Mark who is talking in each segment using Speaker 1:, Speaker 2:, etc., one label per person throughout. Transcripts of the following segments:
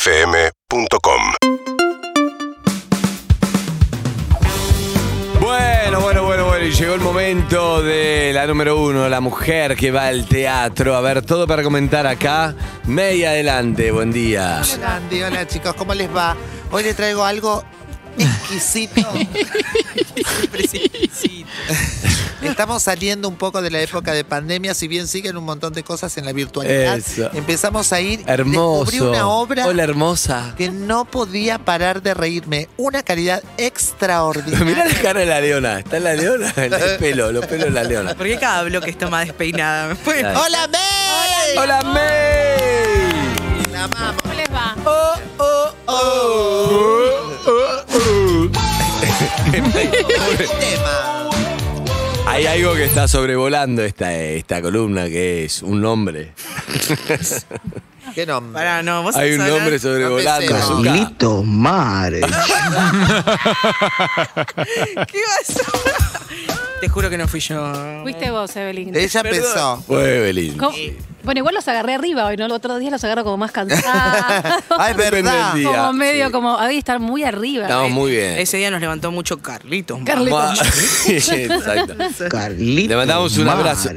Speaker 1: UrbanaPlayFM.com
Speaker 2: Bueno, bueno, bueno, bueno, y llegó el momento de la número uno, la mujer que va al teatro. A ver, todo para comentar acá. Media adelante, buen día.
Speaker 3: Hola, Andy, hola chicos, ¿cómo les va? Hoy les traigo algo exquisito. Estamos saliendo un poco de la época de pandemia, si bien siguen un montón de cosas en la virtualidad.
Speaker 2: Eso.
Speaker 3: Empezamos a ir, descubrí
Speaker 2: Hermoso.
Speaker 3: una obra
Speaker 2: Hola, hermosa.
Speaker 3: que no podía parar de reírme. Una calidad
Speaker 2: Mirá
Speaker 3: extraordinaria.
Speaker 2: la cara de la leona. Está la leona, el pelo, los pelos de la leona.
Speaker 4: ¿Por qué cada bloque está más Pues, despeinada? ¿Me pueden-
Speaker 2: Claro.
Speaker 3: ¡Hola, May!
Speaker 2: Hola, May.
Speaker 3: La amamos.
Speaker 2: Oh, oh, oh. Oh, oh.
Speaker 3: Qué tema.
Speaker 2: Hay algo que está sobrevolando esta, esta columna que es un nombre.
Speaker 3: ¿Qué nombre?
Speaker 4: Pará, no, vos
Speaker 2: Hay un
Speaker 4: sabés hablar-
Speaker 2: nombre sobrevolando.
Speaker 3: Empecemos.
Speaker 2: Zucca.
Speaker 5: Carlitos Mare.
Speaker 4: ¿Qué vas a- Te juro que no fui yo.
Speaker 6: Fuiste vos, Evelyn.
Speaker 2: Eh,
Speaker 3: Ella
Speaker 4: Perdón.
Speaker 3: empezó.
Speaker 2: Fue Evelyn.
Speaker 6: ¿Cómo? Bueno, igual los agarré arriba hoy, ¿no? El otro día los agarro como más cansados.
Speaker 3: Ay,
Speaker 2: Depende del
Speaker 3: verdad.
Speaker 2: día.
Speaker 6: como medio,
Speaker 2: Sí.
Speaker 6: como, ahí estar muy arriba.
Speaker 2: Estamos muy bien.
Speaker 4: Ese día nos levantó mucho Carlitos. ma.
Speaker 6: Carlitos.
Speaker 2: Ma- Sí, Exacto.
Speaker 5: Carlitos
Speaker 2: Le mandamos un
Speaker 5: Mare.
Speaker 2: abrazo.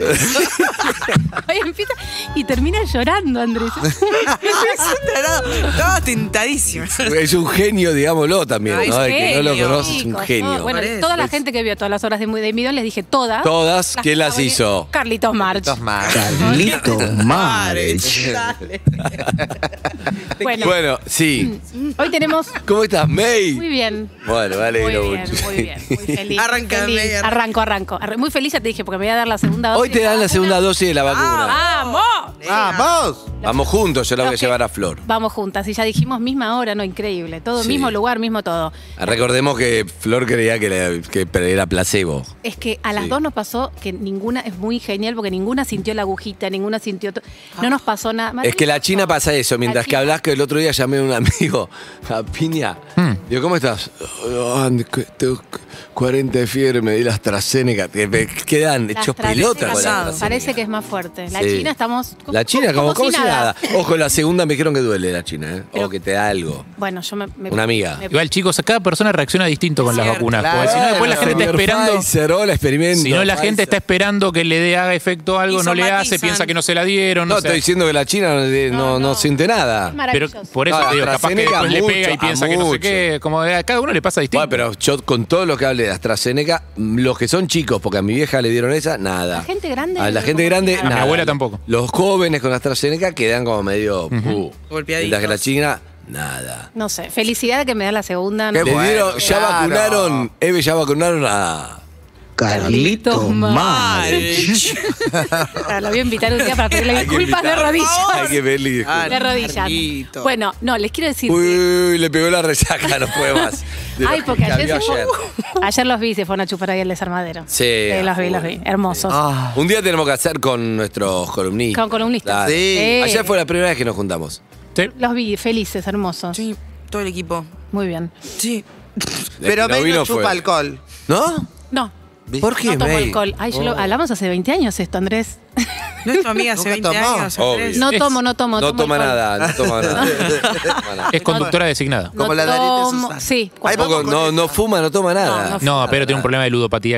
Speaker 6: Ahí empieza y termina llorando, Andrés.
Speaker 4: Es un tarado. Estaba tentadísimo.
Speaker 2: Es un genio, digámoslo también.
Speaker 4: Ay,
Speaker 2: ¿no? El que no lo
Speaker 4: genio.
Speaker 2: conoce es un
Speaker 6: Chicos,
Speaker 2: genio.
Speaker 6: no, bueno,
Speaker 4: Parece.
Speaker 6: toda la gente que vio todas las horas de, de Midón, les dije todas.
Speaker 2: Todas, ¿quién
Speaker 6: Ah, que
Speaker 2: las
Speaker 6: estaban-
Speaker 2: hizo?
Speaker 6: Carlitos March.
Speaker 3: Dos más.
Speaker 5: Carlitos Mare.
Speaker 4: Dale.
Speaker 6: Bueno,
Speaker 2: Bueno, sí.
Speaker 6: hoy tenemos.
Speaker 2: ¿Cómo estás,
Speaker 6: Muy
Speaker 2: May?
Speaker 6: bien.
Speaker 2: Bueno, me
Speaker 6: Muy
Speaker 2: alegro
Speaker 6: bien,
Speaker 2: mucho.
Speaker 6: muy bien, muy feliz.
Speaker 4: Arranca,
Speaker 6: muy feliz.
Speaker 4: Megan.
Speaker 6: Arranco, arranco. Arran- Muy feliz ya te dije, porque me voy a dar la segunda dosis. Ah,
Speaker 2: Hoy te dan la segunda dosis de la vacuna.
Speaker 6: ¡Vamos!
Speaker 3: Ah, ¡Vamos!
Speaker 2: Vamos juntos, yo la voy a
Speaker 6: Los que-
Speaker 2: llevar a Flor.
Speaker 6: Vamos juntas. Y ya dijimos misma hora, no, increíble. Todo
Speaker 2: Sí.
Speaker 6: mismo lugar, mismo todo.
Speaker 2: Recordemos que Flor creía que, le- que era placebo.
Speaker 6: Es que a las
Speaker 2: Sí.
Speaker 6: dos nos pasó que ninguna, es muy genial porque ninguna sintió la agujita, ninguna sintió. to- No nos pasó nada.
Speaker 2: Es que la China pasa eso, mientras
Speaker 6: La
Speaker 2: que
Speaker 6: China.
Speaker 2: hablas que el otro día llamé a un amigo, a Piña. Digo, ¿cómo estás? "Oh, Andy, cu- tengo cu- 40 de fiebre, me di las AstraZeneca. Que me Quedan
Speaker 6: Las
Speaker 2: hechos
Speaker 6: AstraZeneca
Speaker 2: pelota con
Speaker 4: pasado.
Speaker 2: la
Speaker 6: Parece que es más fuerte. La
Speaker 2: Sí.
Speaker 6: China estamos. como-
Speaker 2: La China, como, como si nada.
Speaker 6: nada.
Speaker 2: Ojo, la segunda me dijeron que duele la China, ¿eh? o
Speaker 6: Pero-
Speaker 2: que te da algo.
Speaker 6: Bueno, yo me. me-
Speaker 2: Una amiga.
Speaker 6: me-
Speaker 7: Igual, chicos, cada persona reacciona distinto con las
Speaker 4: Cierto,
Speaker 7: vacunas.
Speaker 3: claro.
Speaker 7: Porque si no, después la
Speaker 3: Claro.
Speaker 7: gente
Speaker 2: Señor
Speaker 7: esperando.
Speaker 2: Ah, Pfizer, hola, experimento.
Speaker 7: Si no, la gente está
Speaker 2: Pfizer.
Speaker 7: esperando que le dé haga efecto algo,
Speaker 4: Y
Speaker 7: no le hace,
Speaker 4: somatizan.
Speaker 7: piensa que no se la dieron.
Speaker 2: No,
Speaker 7: o sea,
Speaker 2: estoy diciendo que la China no, eh, no- no
Speaker 6: no.
Speaker 2: siente nada.
Speaker 6: es
Speaker 7: pero
Speaker 6: maravilloso.
Speaker 7: por eso
Speaker 2: No,
Speaker 7: te digo, capaz que
Speaker 2: AstraZeneca
Speaker 7: después le
Speaker 2: mucho,
Speaker 7: pega
Speaker 2: a
Speaker 7: y piensa que no
Speaker 2: mucho.
Speaker 7: sé qué. Como a cada uno le pasa distinto.
Speaker 2: Bueno, pero yo con todo lo que hable de AstraZeneca, mm, los que son chicos, porque a mi vieja le dieron esa, nada.
Speaker 6: La gente grande.
Speaker 2: A la
Speaker 6: no
Speaker 2: gente
Speaker 6: como-
Speaker 2: grande,
Speaker 6: A
Speaker 7: mi
Speaker 2: nada.
Speaker 7: abuela tampoco.
Speaker 2: Los jóvenes con AstraZeneca quedan como medio. uh.
Speaker 4: Golpeaditos.
Speaker 2: Mientras que la China, nada.
Speaker 6: No sé. Felicidad de que me da la segunda. no
Speaker 2: Le
Speaker 6: sé.
Speaker 3: bueno,
Speaker 2: dieron- ya
Speaker 3: claro.
Speaker 2: vacunaron, Eve, ya vacunaron a.
Speaker 5: Carlitos Mare.
Speaker 6: Ah, La voy a invitar un día para pedirle
Speaker 2: Hay que
Speaker 6: disculpas de Ah.
Speaker 2: invitar-
Speaker 6: rodillas.
Speaker 2: Hay que verle.
Speaker 6: De rodillas.
Speaker 4: Carlito.
Speaker 6: Bueno, no, les quiero decir.
Speaker 2: Uy, uy, uy, le pegó la resaca, no puede más. De
Speaker 6: Ay,
Speaker 2: lo
Speaker 6: porque
Speaker 2: que
Speaker 6: ayer,
Speaker 2: cambió
Speaker 6: se- ayer los vi, se fueron a chupar ahí el desarmadero. Eh,
Speaker 2: Sí,
Speaker 6: los vi,
Speaker 2: a
Speaker 6: los
Speaker 2: full. Ah.
Speaker 6: vi. Hermosos.
Speaker 2: Un día tenemos que hacer con nuestros columnistas.
Speaker 6: Con columnistas.
Speaker 2: Claro.
Speaker 3: Sí.
Speaker 6: Sí.
Speaker 2: Ayer fue la primera vez que nos juntamos.
Speaker 7: Sí.
Speaker 6: Los vi felices, hermosos.
Speaker 4: Sí, todo el equipo.
Speaker 6: Muy bien.
Speaker 4: Sí.
Speaker 2: El
Speaker 3: Pero
Speaker 2: que no
Speaker 3: May no
Speaker 2: vino
Speaker 3: chupa
Speaker 2: fue-
Speaker 3: alcohol.
Speaker 2: ¿No?
Speaker 6: No,
Speaker 2: ¿Por qué,
Speaker 6: no tomo
Speaker 2: May? Oh.
Speaker 6: alcohol. Ay, yo lo- hablamos hace 20 años esto, Andrés.
Speaker 4: Nuestra amiga hace
Speaker 3: Nunca
Speaker 4: 20
Speaker 3: tomó.
Speaker 4: años.
Speaker 2: Obvio.
Speaker 4: Andrés.
Speaker 6: No
Speaker 7: Es-
Speaker 6: tomo, no tomo.
Speaker 2: No
Speaker 6: tomo
Speaker 2: toma
Speaker 6: alcohol.
Speaker 2: nada, no toma nada. No toma nada.
Speaker 7: Es conductora designada.
Speaker 6: No
Speaker 3: Como la Darete
Speaker 6: tomo-
Speaker 3: Susana.
Speaker 6: Sí,
Speaker 3: Ahí
Speaker 6: cuando-
Speaker 3: vamos.
Speaker 2: Tampoco- no, no fuma, no toma nada.
Speaker 6: No, no
Speaker 7: No, pero tiene un problema de ludopatía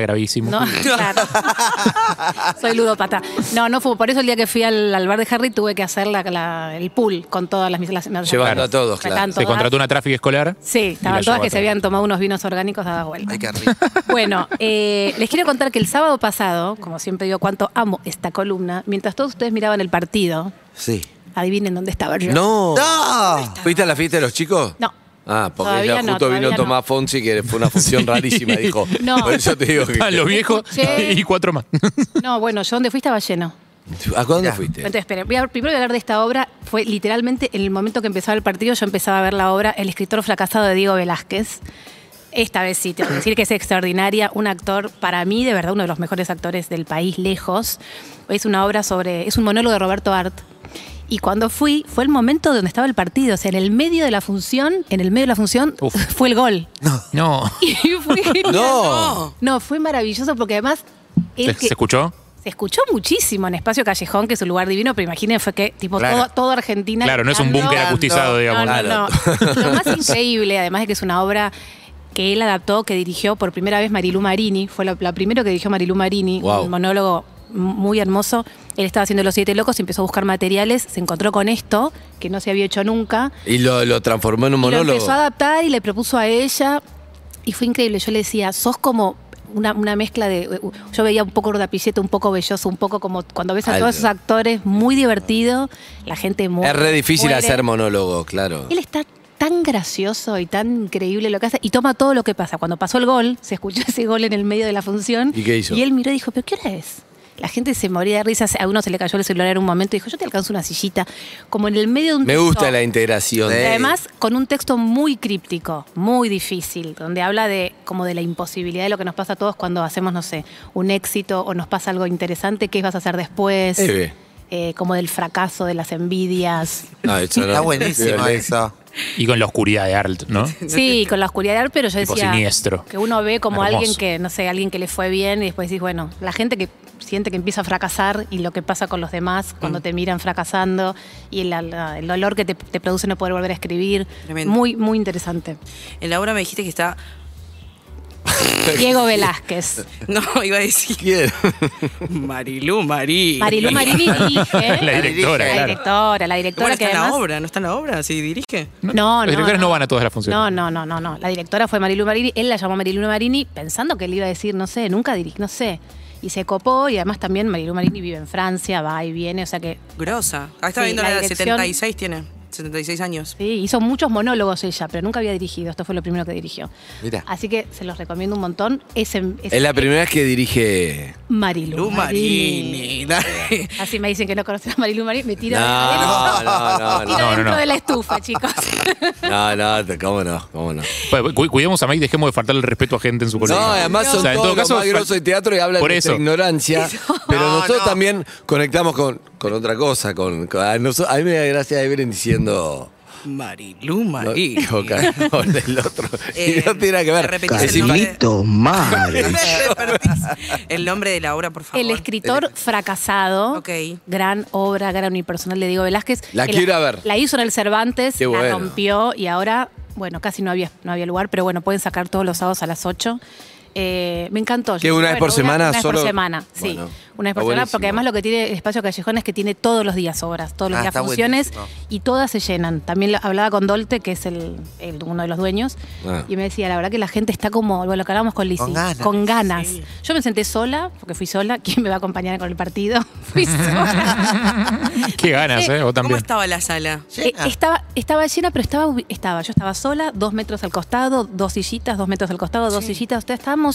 Speaker 7: gravísimo.
Speaker 6: No, claro. Soy ludópata. No, no fue. Por eso el día que fui al, al bar de Harry tuve que hacer la- la- el pool con todas las mis. las- las-
Speaker 2: Llevando a todos, claro.
Speaker 6: Estaban
Speaker 7: Se
Speaker 6: todas-
Speaker 7: contrató una tráfico escolar.
Speaker 6: Sí,
Speaker 7: Y
Speaker 6: estaban
Speaker 7: la
Speaker 6: todas
Speaker 7: llevó
Speaker 6: que
Speaker 7: a
Speaker 6: se habían tomado unos vinos orgánicos dadas vueltas.
Speaker 3: Ay, qué rico.
Speaker 6: Bueno, eh, les quiero contar que el sábado pasado, como siempre digo, cuánto amo esta columna, mientras todos ustedes miraban el partido,
Speaker 2: Sí.
Speaker 6: adivinen dónde estaba yo.
Speaker 2: No.
Speaker 3: ¡No!
Speaker 2: ¿Fuiste a la fiesta de los chicos?
Speaker 6: No.
Speaker 2: Ah, porque
Speaker 6: Todavía
Speaker 2: ella
Speaker 6: no,
Speaker 2: justo vino
Speaker 6: todavía no.
Speaker 2: Tomás Fonsi, que fue una función rarísima, dijo.
Speaker 6: No.
Speaker 2: Por eso te digo que-
Speaker 7: Estaban los viejos
Speaker 6: Escuché.
Speaker 7: y cuatro más.
Speaker 6: No, bueno, yo donde fui estaba lleno.
Speaker 2: ¿A cuándo
Speaker 3: Mirá.
Speaker 2: fuiste?
Speaker 6: Entonces, esperen, voy a- primero voy a hablar de esta obra. Fue literalmente en el momento que empezaba el partido, yo empezaba a ver la obra El escritor fracasado de Diego Velázquez. Esta vez sí, tengo que decir que es extraordinaria, un actor, para mí, de verdad, uno de los mejores actores del país, lejos. Es una obra sobre, es un monólogo de Roberto Art. Y cuando fui, fue el momento donde estaba el partido, o sea, en el medio de la función, en el medio de la función,
Speaker 7: Uf.
Speaker 6: fue el gol.
Speaker 7: No.
Speaker 6: Y fui-
Speaker 2: No.
Speaker 6: No, fue maravilloso porque además...
Speaker 7: ¿Se,
Speaker 6: el que-
Speaker 7: se escuchó?
Speaker 6: Se escuchó muchísimo en Espacio Callejón, que es un lugar divino, pero imaginen fue que tipo
Speaker 3: Claro.
Speaker 6: todo, todo Argentina.
Speaker 7: Claro, no es un
Speaker 6: gritando.
Speaker 7: búnker acustizado,
Speaker 3: No,
Speaker 7: digamos.
Speaker 6: No, no, no. Lo más increíble, además de que es una obra que él adaptó, que dirigió por primera vez Marilu Marini, fue la, la primera que dirigió Marilu Marini,
Speaker 2: Wow.
Speaker 6: un monólogo m- muy hermoso. Él estaba haciendo Los Siete Locos, empezó a buscar materiales, se encontró con esto, que no se había hecho nunca.
Speaker 2: Y lo, lo transformó en un
Speaker 6: Y Lo
Speaker 2: monólogo.
Speaker 6: empezó a adaptar y le propuso a ella. Y fue increíble. Yo le decía, sos como una, una mezcla de. Yo veía un poco Urdapilleta, un poco Belloso, un poco como cuando ves a
Speaker 2: Algo.
Speaker 6: todos esos actores, muy divertido. La gente muy.
Speaker 2: es re difícil
Speaker 6: muere.
Speaker 2: hacer monólogo, claro.
Speaker 6: Él está tan gracioso y tan increíble lo que hace y toma todo lo que pasa. Cuando pasó el gol, se escuchó ese gol en el medio de la función.
Speaker 2: ¿Y qué hizo?
Speaker 6: él miró y dijo, ¿pero qué hora es? La gente se moría de risa, a uno se le cayó el celular en un momento y dijo, yo te alcanzo una sillita. Como en el medio de un
Speaker 2: Me
Speaker 6: texto.
Speaker 2: gusta la integración.
Speaker 6: Y
Speaker 3: Eh.
Speaker 6: además con un texto muy críptico, muy difícil, donde habla de como de la imposibilidad de lo que nos pasa a todos cuando hacemos, no sé, un éxito o nos pasa algo interesante, qué vas a hacer después,
Speaker 2: Eh.
Speaker 6: Eh, como del fracaso, de las envidias.
Speaker 2: No, eso no-
Speaker 3: Está buenísimo eso.
Speaker 7: Y con la oscuridad de Arlt, ¿no?
Speaker 6: Sí, con la oscuridad, pero yo
Speaker 7: Tipo
Speaker 6: decía
Speaker 7: siniestro.
Speaker 6: que uno ve como
Speaker 7: Hermoso.
Speaker 6: alguien que, no sé, alguien que le fue bien y después decís, bueno, la gente que siente que empieza a fracasar y lo que pasa con los demás
Speaker 7: Mm.
Speaker 6: cuando te miran fracasando y la- la- el dolor que te, te produce no poder volver a escribir.
Speaker 4: Tremendo.
Speaker 6: Muy, muy interesante.
Speaker 4: En la obra me dijiste que está.
Speaker 6: Diego Velázquez.
Speaker 4: No, iba a
Speaker 3: eh.
Speaker 4: decir.
Speaker 2: ¿Quién?
Speaker 4: Marilú Marí.
Speaker 6: Marilu Marini dirige.
Speaker 7: La directora,
Speaker 6: La
Speaker 7: claro.
Speaker 6: directora, la directora
Speaker 4: Bueno,
Speaker 6: que
Speaker 4: está en la
Speaker 6: además-
Speaker 4: obra, no está en la obra, sí dirige.
Speaker 6: No, no.
Speaker 7: Los directores no van a todas las funciones.
Speaker 6: No, no, no, no, no. La directora fue Marilu Marini, él la llamó Marilu Marini pensando que le iba a decir, no sé, nunca dirige, no sé. Y se copó y además también Marilu Marini vive en Francia, va y viene, o sea que
Speaker 4: Grosa. Ahí está
Speaker 6: Sí,
Speaker 4: viendo
Speaker 6: la
Speaker 4: la, edad,
Speaker 6: dirección-
Speaker 4: 76 tiene. 76 años.
Speaker 6: sí, hizo muchos monólogos ella, pero nunca había dirigido, esto fue lo primero que dirigió.
Speaker 2: Mirá.
Speaker 6: Así que se los recomiendo un montón. Es, en- es
Speaker 2: Es la primera vez que dirige.
Speaker 6: Marilu
Speaker 4: Lu
Speaker 6: Marini.
Speaker 4: Marini. dale.
Speaker 6: Así me dicen que no conocen a Marilu Marini, me tiro
Speaker 2: No, no, no, no.
Speaker 6: Tiro
Speaker 7: no,
Speaker 6: dentro
Speaker 7: no.
Speaker 6: de la estufa, chicos.
Speaker 2: No, no, te- cómo no, cómo no.
Speaker 7: Bueno, Pues, cu- cuidemos a Mike, dejemos de faltarle el respeto a gente en su columna.
Speaker 2: No, además son
Speaker 7: O sea, en
Speaker 2: todos
Speaker 7: todo caso,
Speaker 2: los más grosos de teatro y hablan
Speaker 7: Por
Speaker 2: de nuestra
Speaker 7: eso.
Speaker 2: ignorancia. Pero
Speaker 3: No,
Speaker 2: nosotros
Speaker 3: no.
Speaker 2: también conectamos con, con otra cosa. Con, con- a, noso- a mí me da gracia Evelyn diciendo...
Speaker 4: Marilú
Speaker 2: no,
Speaker 4: Marí.
Speaker 2: dijo Caracol del otro.
Speaker 4: Eh,
Speaker 2: y no tiene nada que ver.
Speaker 4: repetís
Speaker 2: Es
Speaker 4: el
Speaker 2: infa-
Speaker 4: nombre.
Speaker 5: Carlito Mares.
Speaker 4: El nombre de la obra, por favor.
Speaker 6: El escritor fracasado.
Speaker 4: Ok.
Speaker 6: Gran obra, gran unipersonal de Diego Velázquez.
Speaker 2: La
Speaker 6: que
Speaker 2: quiero ver.
Speaker 6: La hizo en el Cervantes,
Speaker 2: Qué
Speaker 6: la
Speaker 2: bueno.
Speaker 6: rompió y ahora, bueno, casi no había, no había lugar, pero bueno, pueden sacar todos los sábados a las 8. Eh, me encantó. Yo
Speaker 2: ¿Qué,
Speaker 6: dije,
Speaker 2: una vez
Speaker 6: bueno,
Speaker 2: por semana
Speaker 6: Una vez
Speaker 2: solo?
Speaker 6: por semana, sí.
Speaker 2: Bueno,
Speaker 6: una vez
Speaker 2: está
Speaker 6: por semana,
Speaker 2: buenísimo.
Speaker 6: porque además lo que tiene el espacio Callejón es que tiene todos los días obras, todos los
Speaker 3: Ah,
Speaker 6: días
Speaker 3: está
Speaker 6: funciones
Speaker 3: buenísimo.
Speaker 6: y todas se llenan. También lo- hablaba con Dolte, que es el, el- uno de los dueños,
Speaker 2: Ah.
Speaker 6: y me decía, la verdad que la gente está como, bueno, lo que hablábamos con Lizzy,
Speaker 3: Con ganas.
Speaker 6: con ganas. Yo me senté sola, porque fui sola. ¿Quién me va a acompañar con el partido? Fui sola.
Speaker 7: Qué ganas, ¿eh? Vos
Speaker 4: ¿Cómo
Speaker 7: también.
Speaker 4: estaba la sala?
Speaker 6: Eh,
Speaker 3: Llena.
Speaker 6: estaba, estaba llena, pero estaba, ubi- estaba. Yo estaba sola, dos metros al costado, dos sillitas, dos metros al costado, dos
Speaker 4: Sí.
Speaker 6: sillitas. Ustedes estábamos.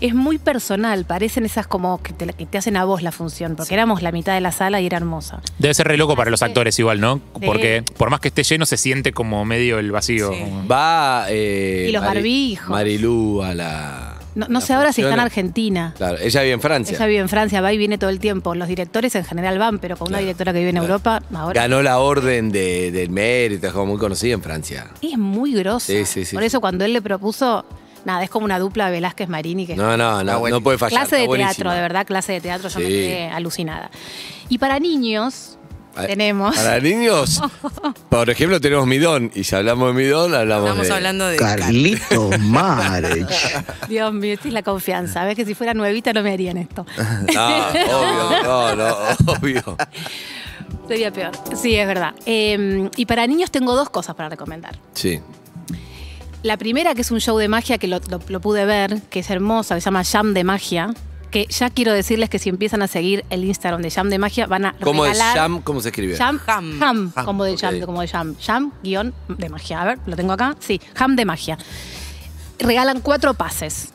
Speaker 6: Es muy personal, parecen esas como que te, que te hacen a vos la función, porque éramos la mitad de la sala y era hermosa.
Speaker 7: Debe ser re loco para los actores igual, ¿no?
Speaker 6: Sí.
Speaker 7: Porque por más que esté lleno, se siente como medio el vacío.
Speaker 4: Sí.
Speaker 7: como-
Speaker 2: Va... eh,
Speaker 6: Y los
Speaker 2: Mari-
Speaker 6: barbijos.
Speaker 2: Marilú a la...
Speaker 6: No, no
Speaker 2: las
Speaker 6: sé ahora si está en
Speaker 2: funciones.
Speaker 6: Argentina.
Speaker 2: Claro, ella vive en Francia.
Speaker 6: Ella vive en Francia, va y viene todo el tiempo. Los directores en general van, pero con una
Speaker 2: Claro,
Speaker 6: directora que vive en
Speaker 2: claro.
Speaker 6: Europa, ahora
Speaker 2: Ganó la orden de- del mérito, es como muy conocida en Francia.
Speaker 6: es muy grosa.
Speaker 2: Sí, sí, sí,
Speaker 6: Por
Speaker 2: sí.
Speaker 6: eso cuando él le propuso, nada, es como una dupla Velázquez-Marini que
Speaker 2: No, no, no, no
Speaker 3: buenísimo.
Speaker 2: puede fallar.
Speaker 6: clase de
Speaker 2: está buenísima.
Speaker 6: teatro, de verdad, clase de teatro, yo me
Speaker 2: Sí.
Speaker 6: quedé alucinada. Y para niños
Speaker 2: Ay,
Speaker 6: tenemos
Speaker 2: Ah, Para niños, por ejemplo, tenemos Midón. Y si hablamos de Midón, hablamos
Speaker 4: Estamos
Speaker 2: de...
Speaker 4: hablando de.
Speaker 5: Carlito Mares.
Speaker 6: Dios mío, esta es la confianza. Ves que si fuera nuevita no me harían esto.
Speaker 2: No, obvio, no, no, obvio.
Speaker 6: Sería peor. Sí, es verdad. Eh, y para niños tengo dos cosas para recomendar.
Speaker 2: Sí.
Speaker 6: La primera, que es un show de magia que lo, lo- lo pude ver, que es hermosa, que se llama Jam de Magia. Que ya quiero decirles que si empiezan a seguir el Instagram de Jam de Magia van a
Speaker 2: ¿Cómo es
Speaker 6: regalar-
Speaker 2: Jam? ¿Cómo se escribe?
Speaker 6: Jam,
Speaker 4: Jam.
Speaker 6: jam,
Speaker 3: Jam,
Speaker 6: como de
Speaker 2: ok.
Speaker 6: jam, como de jam. Jam, guión de magia. A ver, lo tengo acá. Sí, jam de magia. Regalan cuatro pases.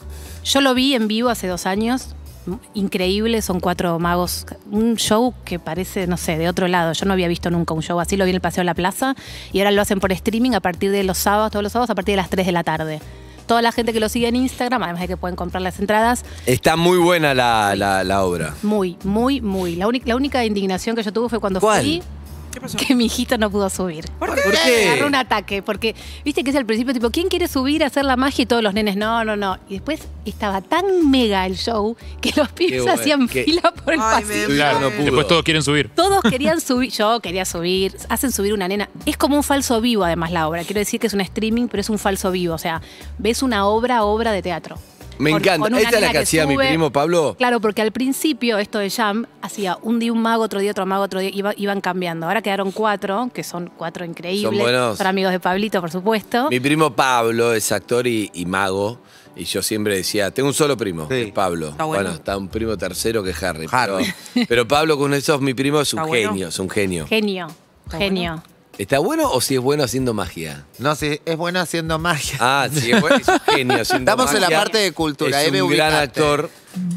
Speaker 6: Yo lo vi en vivo hace dos años. M- Increíble, son cuatro magos. Un show que parece, no sé, de otro lado. Yo no había visto nunca un show así. Lo vi en el Paseo de la Plaza y ahora lo hacen por streaming a partir de los sábados, todos los sábados, a partir de las 3 de la tarde. Toda la gente que lo sigue en Instagram, además de que pueden comprar las entradas,
Speaker 2: Está muy buena la, la, la obra.
Speaker 6: muy, muy, muy. La, única- la única indignación que yo tuve fue cuando
Speaker 2: ¿Cuál?
Speaker 6: fui.
Speaker 4: ¿Qué pasó?
Speaker 6: que mi hijito no pudo subir.
Speaker 4: ¿Por
Speaker 2: ¿Por
Speaker 4: qué?
Speaker 2: qué?
Speaker 6: Agarró un ataque, porque viste que es al principio tipo, ¿quién quiere subir a hacer la magia? Y todos los nenes, no, no, no. Y después estaba tan mega el show que los pibes
Speaker 2: bueno,
Speaker 6: hacían
Speaker 2: qué-
Speaker 6: fila por el
Speaker 4: Ay, me
Speaker 6: pasillo.
Speaker 7: Claro,
Speaker 2: no pudo.
Speaker 7: después todos quieren subir.
Speaker 6: Todos querían subir, yo quería subir, hacen subir una nena. Es como un falso vivo además la obra. Quiero decir que es un streaming, pero es un falso vivo. O sea, ves una obra, obra de teatro.
Speaker 2: Me
Speaker 6: Con-
Speaker 2: encanta.
Speaker 6: con una
Speaker 2: Esta es la
Speaker 6: nena
Speaker 2: que hacía mi
Speaker 6: sube.
Speaker 2: primo Pablo.
Speaker 6: Claro, porque al principio esto de Jam hacía un día un mago, otro día otro mago, otro día iba- iban cambiando. Ahora quedaron cuatro, que son cuatro increíbles.
Speaker 2: Son buenos.
Speaker 6: amigos de Pablito, por supuesto.
Speaker 2: Mi primo Pablo es actor y, y mago. Y yo siempre decía, tengo un solo primo,
Speaker 3: Sí.
Speaker 2: que es Pablo.
Speaker 4: Está
Speaker 2: bueno.
Speaker 4: bueno.
Speaker 2: está un primo tercero que es Harry.
Speaker 3: Harry.
Speaker 2: Pero, pero Pablo con esos, mi primo es un
Speaker 4: Está
Speaker 2: genio,
Speaker 4: bueno.
Speaker 2: es un genio.
Speaker 6: Genio,
Speaker 4: Está
Speaker 6: genio.
Speaker 2: ¿Está bueno o si es bueno haciendo magia?
Speaker 3: No, sí, es bueno haciendo magia.
Speaker 2: Ah, sí, es bueno, es un genio. haciendo
Speaker 3: Estamos en la
Speaker 2: magia.
Speaker 3: parte de cultura,
Speaker 2: Es
Speaker 3: Eve,
Speaker 2: un gran
Speaker 3: ubicate.
Speaker 2: actor,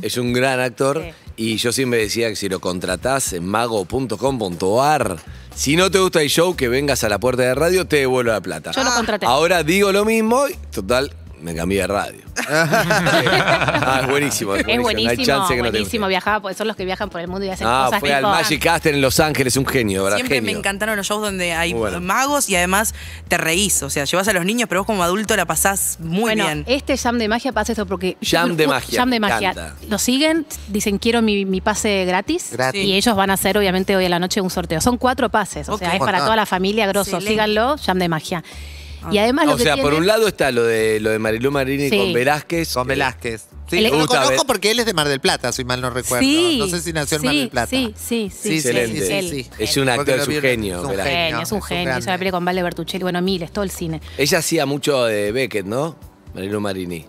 Speaker 2: es un gran actor.
Speaker 6: Sí.
Speaker 2: Y yo siempre decía que si lo contratás en mago.com.ar, si no te gusta el show, que vengas a la puerta de radio, te devuelvo la plata.
Speaker 6: Yo lo contraté.
Speaker 2: Ahora digo lo mismo, y, total, me cambié de radio. Sí. ah, es buenísimo. Es
Speaker 6: Es
Speaker 2: buenísimo, no hay
Speaker 6: buenísimo,
Speaker 2: chance que no te
Speaker 6: buenísimo.
Speaker 2: guste.
Speaker 6: Viajaba, porque son los que viajan por el mundo y hacen
Speaker 2: Ah,
Speaker 6: cosas
Speaker 2: fue
Speaker 6: tipo-
Speaker 2: al Magic Caster en Los Ángeles, un genio, ¿verdad?
Speaker 4: Siempre me
Speaker 2: Genio.
Speaker 4: encantaron los shows donde hay
Speaker 2: Muy bueno.
Speaker 4: magos y además te reís. O sea, llevas a los niños, pero vos como adulto la pasás muy
Speaker 6: bueno,
Speaker 4: bien.
Speaker 6: este jam de magia pasa eso porque.
Speaker 2: Jam de
Speaker 6: Uh,
Speaker 2: magia,
Speaker 6: Jam de
Speaker 2: me
Speaker 6: magia.
Speaker 2: encanta.
Speaker 6: Lo siguen, dicen quiero mi, mi pase gratis.
Speaker 3: Gratis.
Speaker 6: Y ellos van a hacer, obviamente, hoy a la noche un sorteo. Son cuatro pases, o
Speaker 4: Ok.
Speaker 6: sea, es para toda la familia, grosso.
Speaker 4: Excelente.
Speaker 6: Síganlo, jam de magia. Y además lo
Speaker 2: O
Speaker 6: que
Speaker 2: sea, por
Speaker 6: tiene-
Speaker 2: un lado está lo de lo de Marilú Marini
Speaker 6: Sí.
Speaker 2: con Velázquez.
Speaker 3: Con
Speaker 2: eh,
Speaker 3: Velázquez.
Speaker 6: El-
Speaker 3: Sí, lo
Speaker 2: Gusta
Speaker 3: conozco
Speaker 2: Ve-
Speaker 3: porque él es de Mar del Plata, si mal no recuerdo. no sé si nació en Mar
Speaker 6: sí,
Speaker 3: del Plata.
Speaker 6: Sí, sí, sí.
Speaker 3: Sí,
Speaker 6: sí,
Speaker 2: excelente.
Speaker 6: sí,
Speaker 3: Sí,
Speaker 6: sí.
Speaker 3: sí.
Speaker 2: Es un actor,
Speaker 3: lo
Speaker 2: es un
Speaker 3: vi-
Speaker 2: genio,
Speaker 3: es un
Speaker 2: Velázquez.
Speaker 6: genio, es un
Speaker 3: es un
Speaker 6: genio. Hizo
Speaker 3: grande.
Speaker 6: la pelea con Vale Bertuccelli, bueno, miles, todo el cine.
Speaker 2: Ella hacía mucho de Beckett, ¿no? Marilu Marini.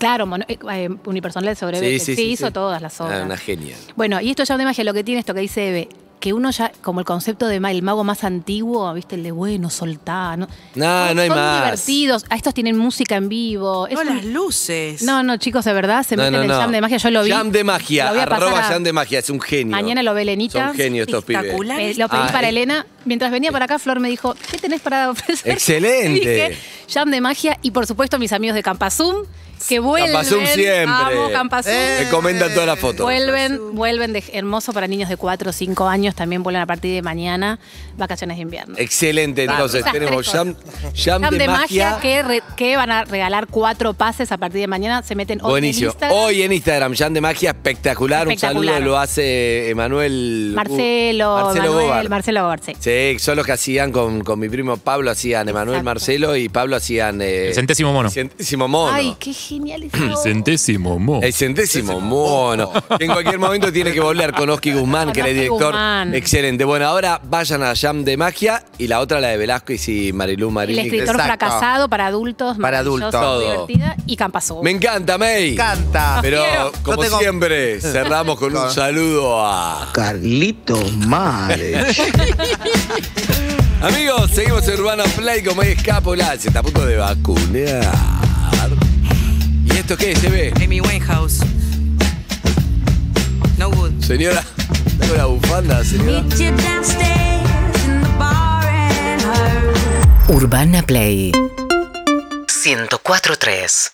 Speaker 6: Claro, mono- eh, eh, unipersonal sobre Beckett. sí, hizo todas las obras.
Speaker 2: Ah, una genia.
Speaker 6: Bueno, y esto ya de magia, lo que tiene esto que dice Eve, que uno ya, como el concepto de ma- el mago más antiguo, viste, el de bueno, soltá, ¿no?
Speaker 2: No,
Speaker 6: Son-
Speaker 2: no hay
Speaker 6: son
Speaker 2: más.
Speaker 6: divertidos, a estos tienen música en vivo. Es
Speaker 4: no,
Speaker 6: un-
Speaker 4: las luces.
Speaker 6: no, no, chicos, de verdad, se meten en el jam de magia, yo lo vi.
Speaker 2: Jam de magia,
Speaker 6: Lo voy a pasar
Speaker 2: arroba
Speaker 6: a-
Speaker 2: jam de magia, es un genio.
Speaker 6: Mañana lo ve Lenita.
Speaker 2: Son genios estos pibes.
Speaker 4: Espectacular.
Speaker 6: Eh, lo pedí
Speaker 2: Ah,
Speaker 6: para
Speaker 2: eh.
Speaker 6: Elena. Mientras venía para acá, Flor me dijo, ¿qué tenés para ofrecer?
Speaker 2: Excelente.
Speaker 6: Le dije, jam de magia y por supuesto mis amigos de Campazum, que vuelven.
Speaker 2: Campazum siempre. Eh,
Speaker 6: Amo Campazum.
Speaker 2: Me comentan todas las fotos.
Speaker 6: Vuelven, vuelven de hermoso para niños de 4 o 5 años, también vuelven a partir de mañana, vacaciones de invierno.
Speaker 2: Excelente, entonces
Speaker 6: Esas tres
Speaker 2: tenemos
Speaker 6: cosas.
Speaker 2: jam, jam
Speaker 6: Jam
Speaker 2: de, magia.
Speaker 6: que, re- que van a regalar cuatro pases a partir de mañana. Se meten hoy en
Speaker 2: Buenísimo.
Speaker 6: Instagram.
Speaker 2: Hoy en Instagram, Jam de Magia, espectacular. Un
Speaker 6: Espectacular.
Speaker 2: saludo lo hace Emanuel. Uh,
Speaker 6: Marcelo,
Speaker 2: Marcelo
Speaker 6: Manuel,
Speaker 2: Gobar.
Speaker 6: Marcelo Gorce.
Speaker 2: Sí, son los que hacían con, con mi primo Pablo, hacían Emanuel
Speaker 6: Exacto.
Speaker 2: Marcelo y Pablo hacían. eh,
Speaker 7: El centésimo mono.
Speaker 2: Centésimo mono.
Speaker 6: Ay, qué genial esa obra.
Speaker 7: centésimo mono.
Speaker 2: El centésimo mono. Que en cualquier momento tiene que volver con Oski Guzmán,
Speaker 6: Con
Speaker 2: que era el
Speaker 6: Oski
Speaker 2: director.
Speaker 6: Guzmán.
Speaker 2: Excelente. Bueno, ahora vayan a Jam de Magia y la otra la de Velasco y sí, Marilú
Speaker 6: El
Speaker 2: Marini.
Speaker 6: escritor
Speaker 3: Exacto.
Speaker 6: fracasado para adultos.
Speaker 3: Para
Speaker 6: maravilloso,
Speaker 2: adultos.
Speaker 6: muy divertida. Y Campazú.
Speaker 2: Me encanta, May.
Speaker 3: Me encanta.
Speaker 2: Pero
Speaker 3: Quiero.
Speaker 2: como
Speaker 3: Ah, Yo tengo-
Speaker 2: siempre, cerramos con un
Speaker 3: Claro.
Speaker 2: saludo a.
Speaker 5: Carlitos Mares.
Speaker 2: Amigos, seguimos en Urbana Play con May Escapola. Se está a punto de vacunar. ¿Y esto qué? ¿Se ve?
Speaker 4: Amy Winehouse. No good.
Speaker 2: Señora, tengo la bufanda, señora.
Speaker 8: Urbana Play 104.3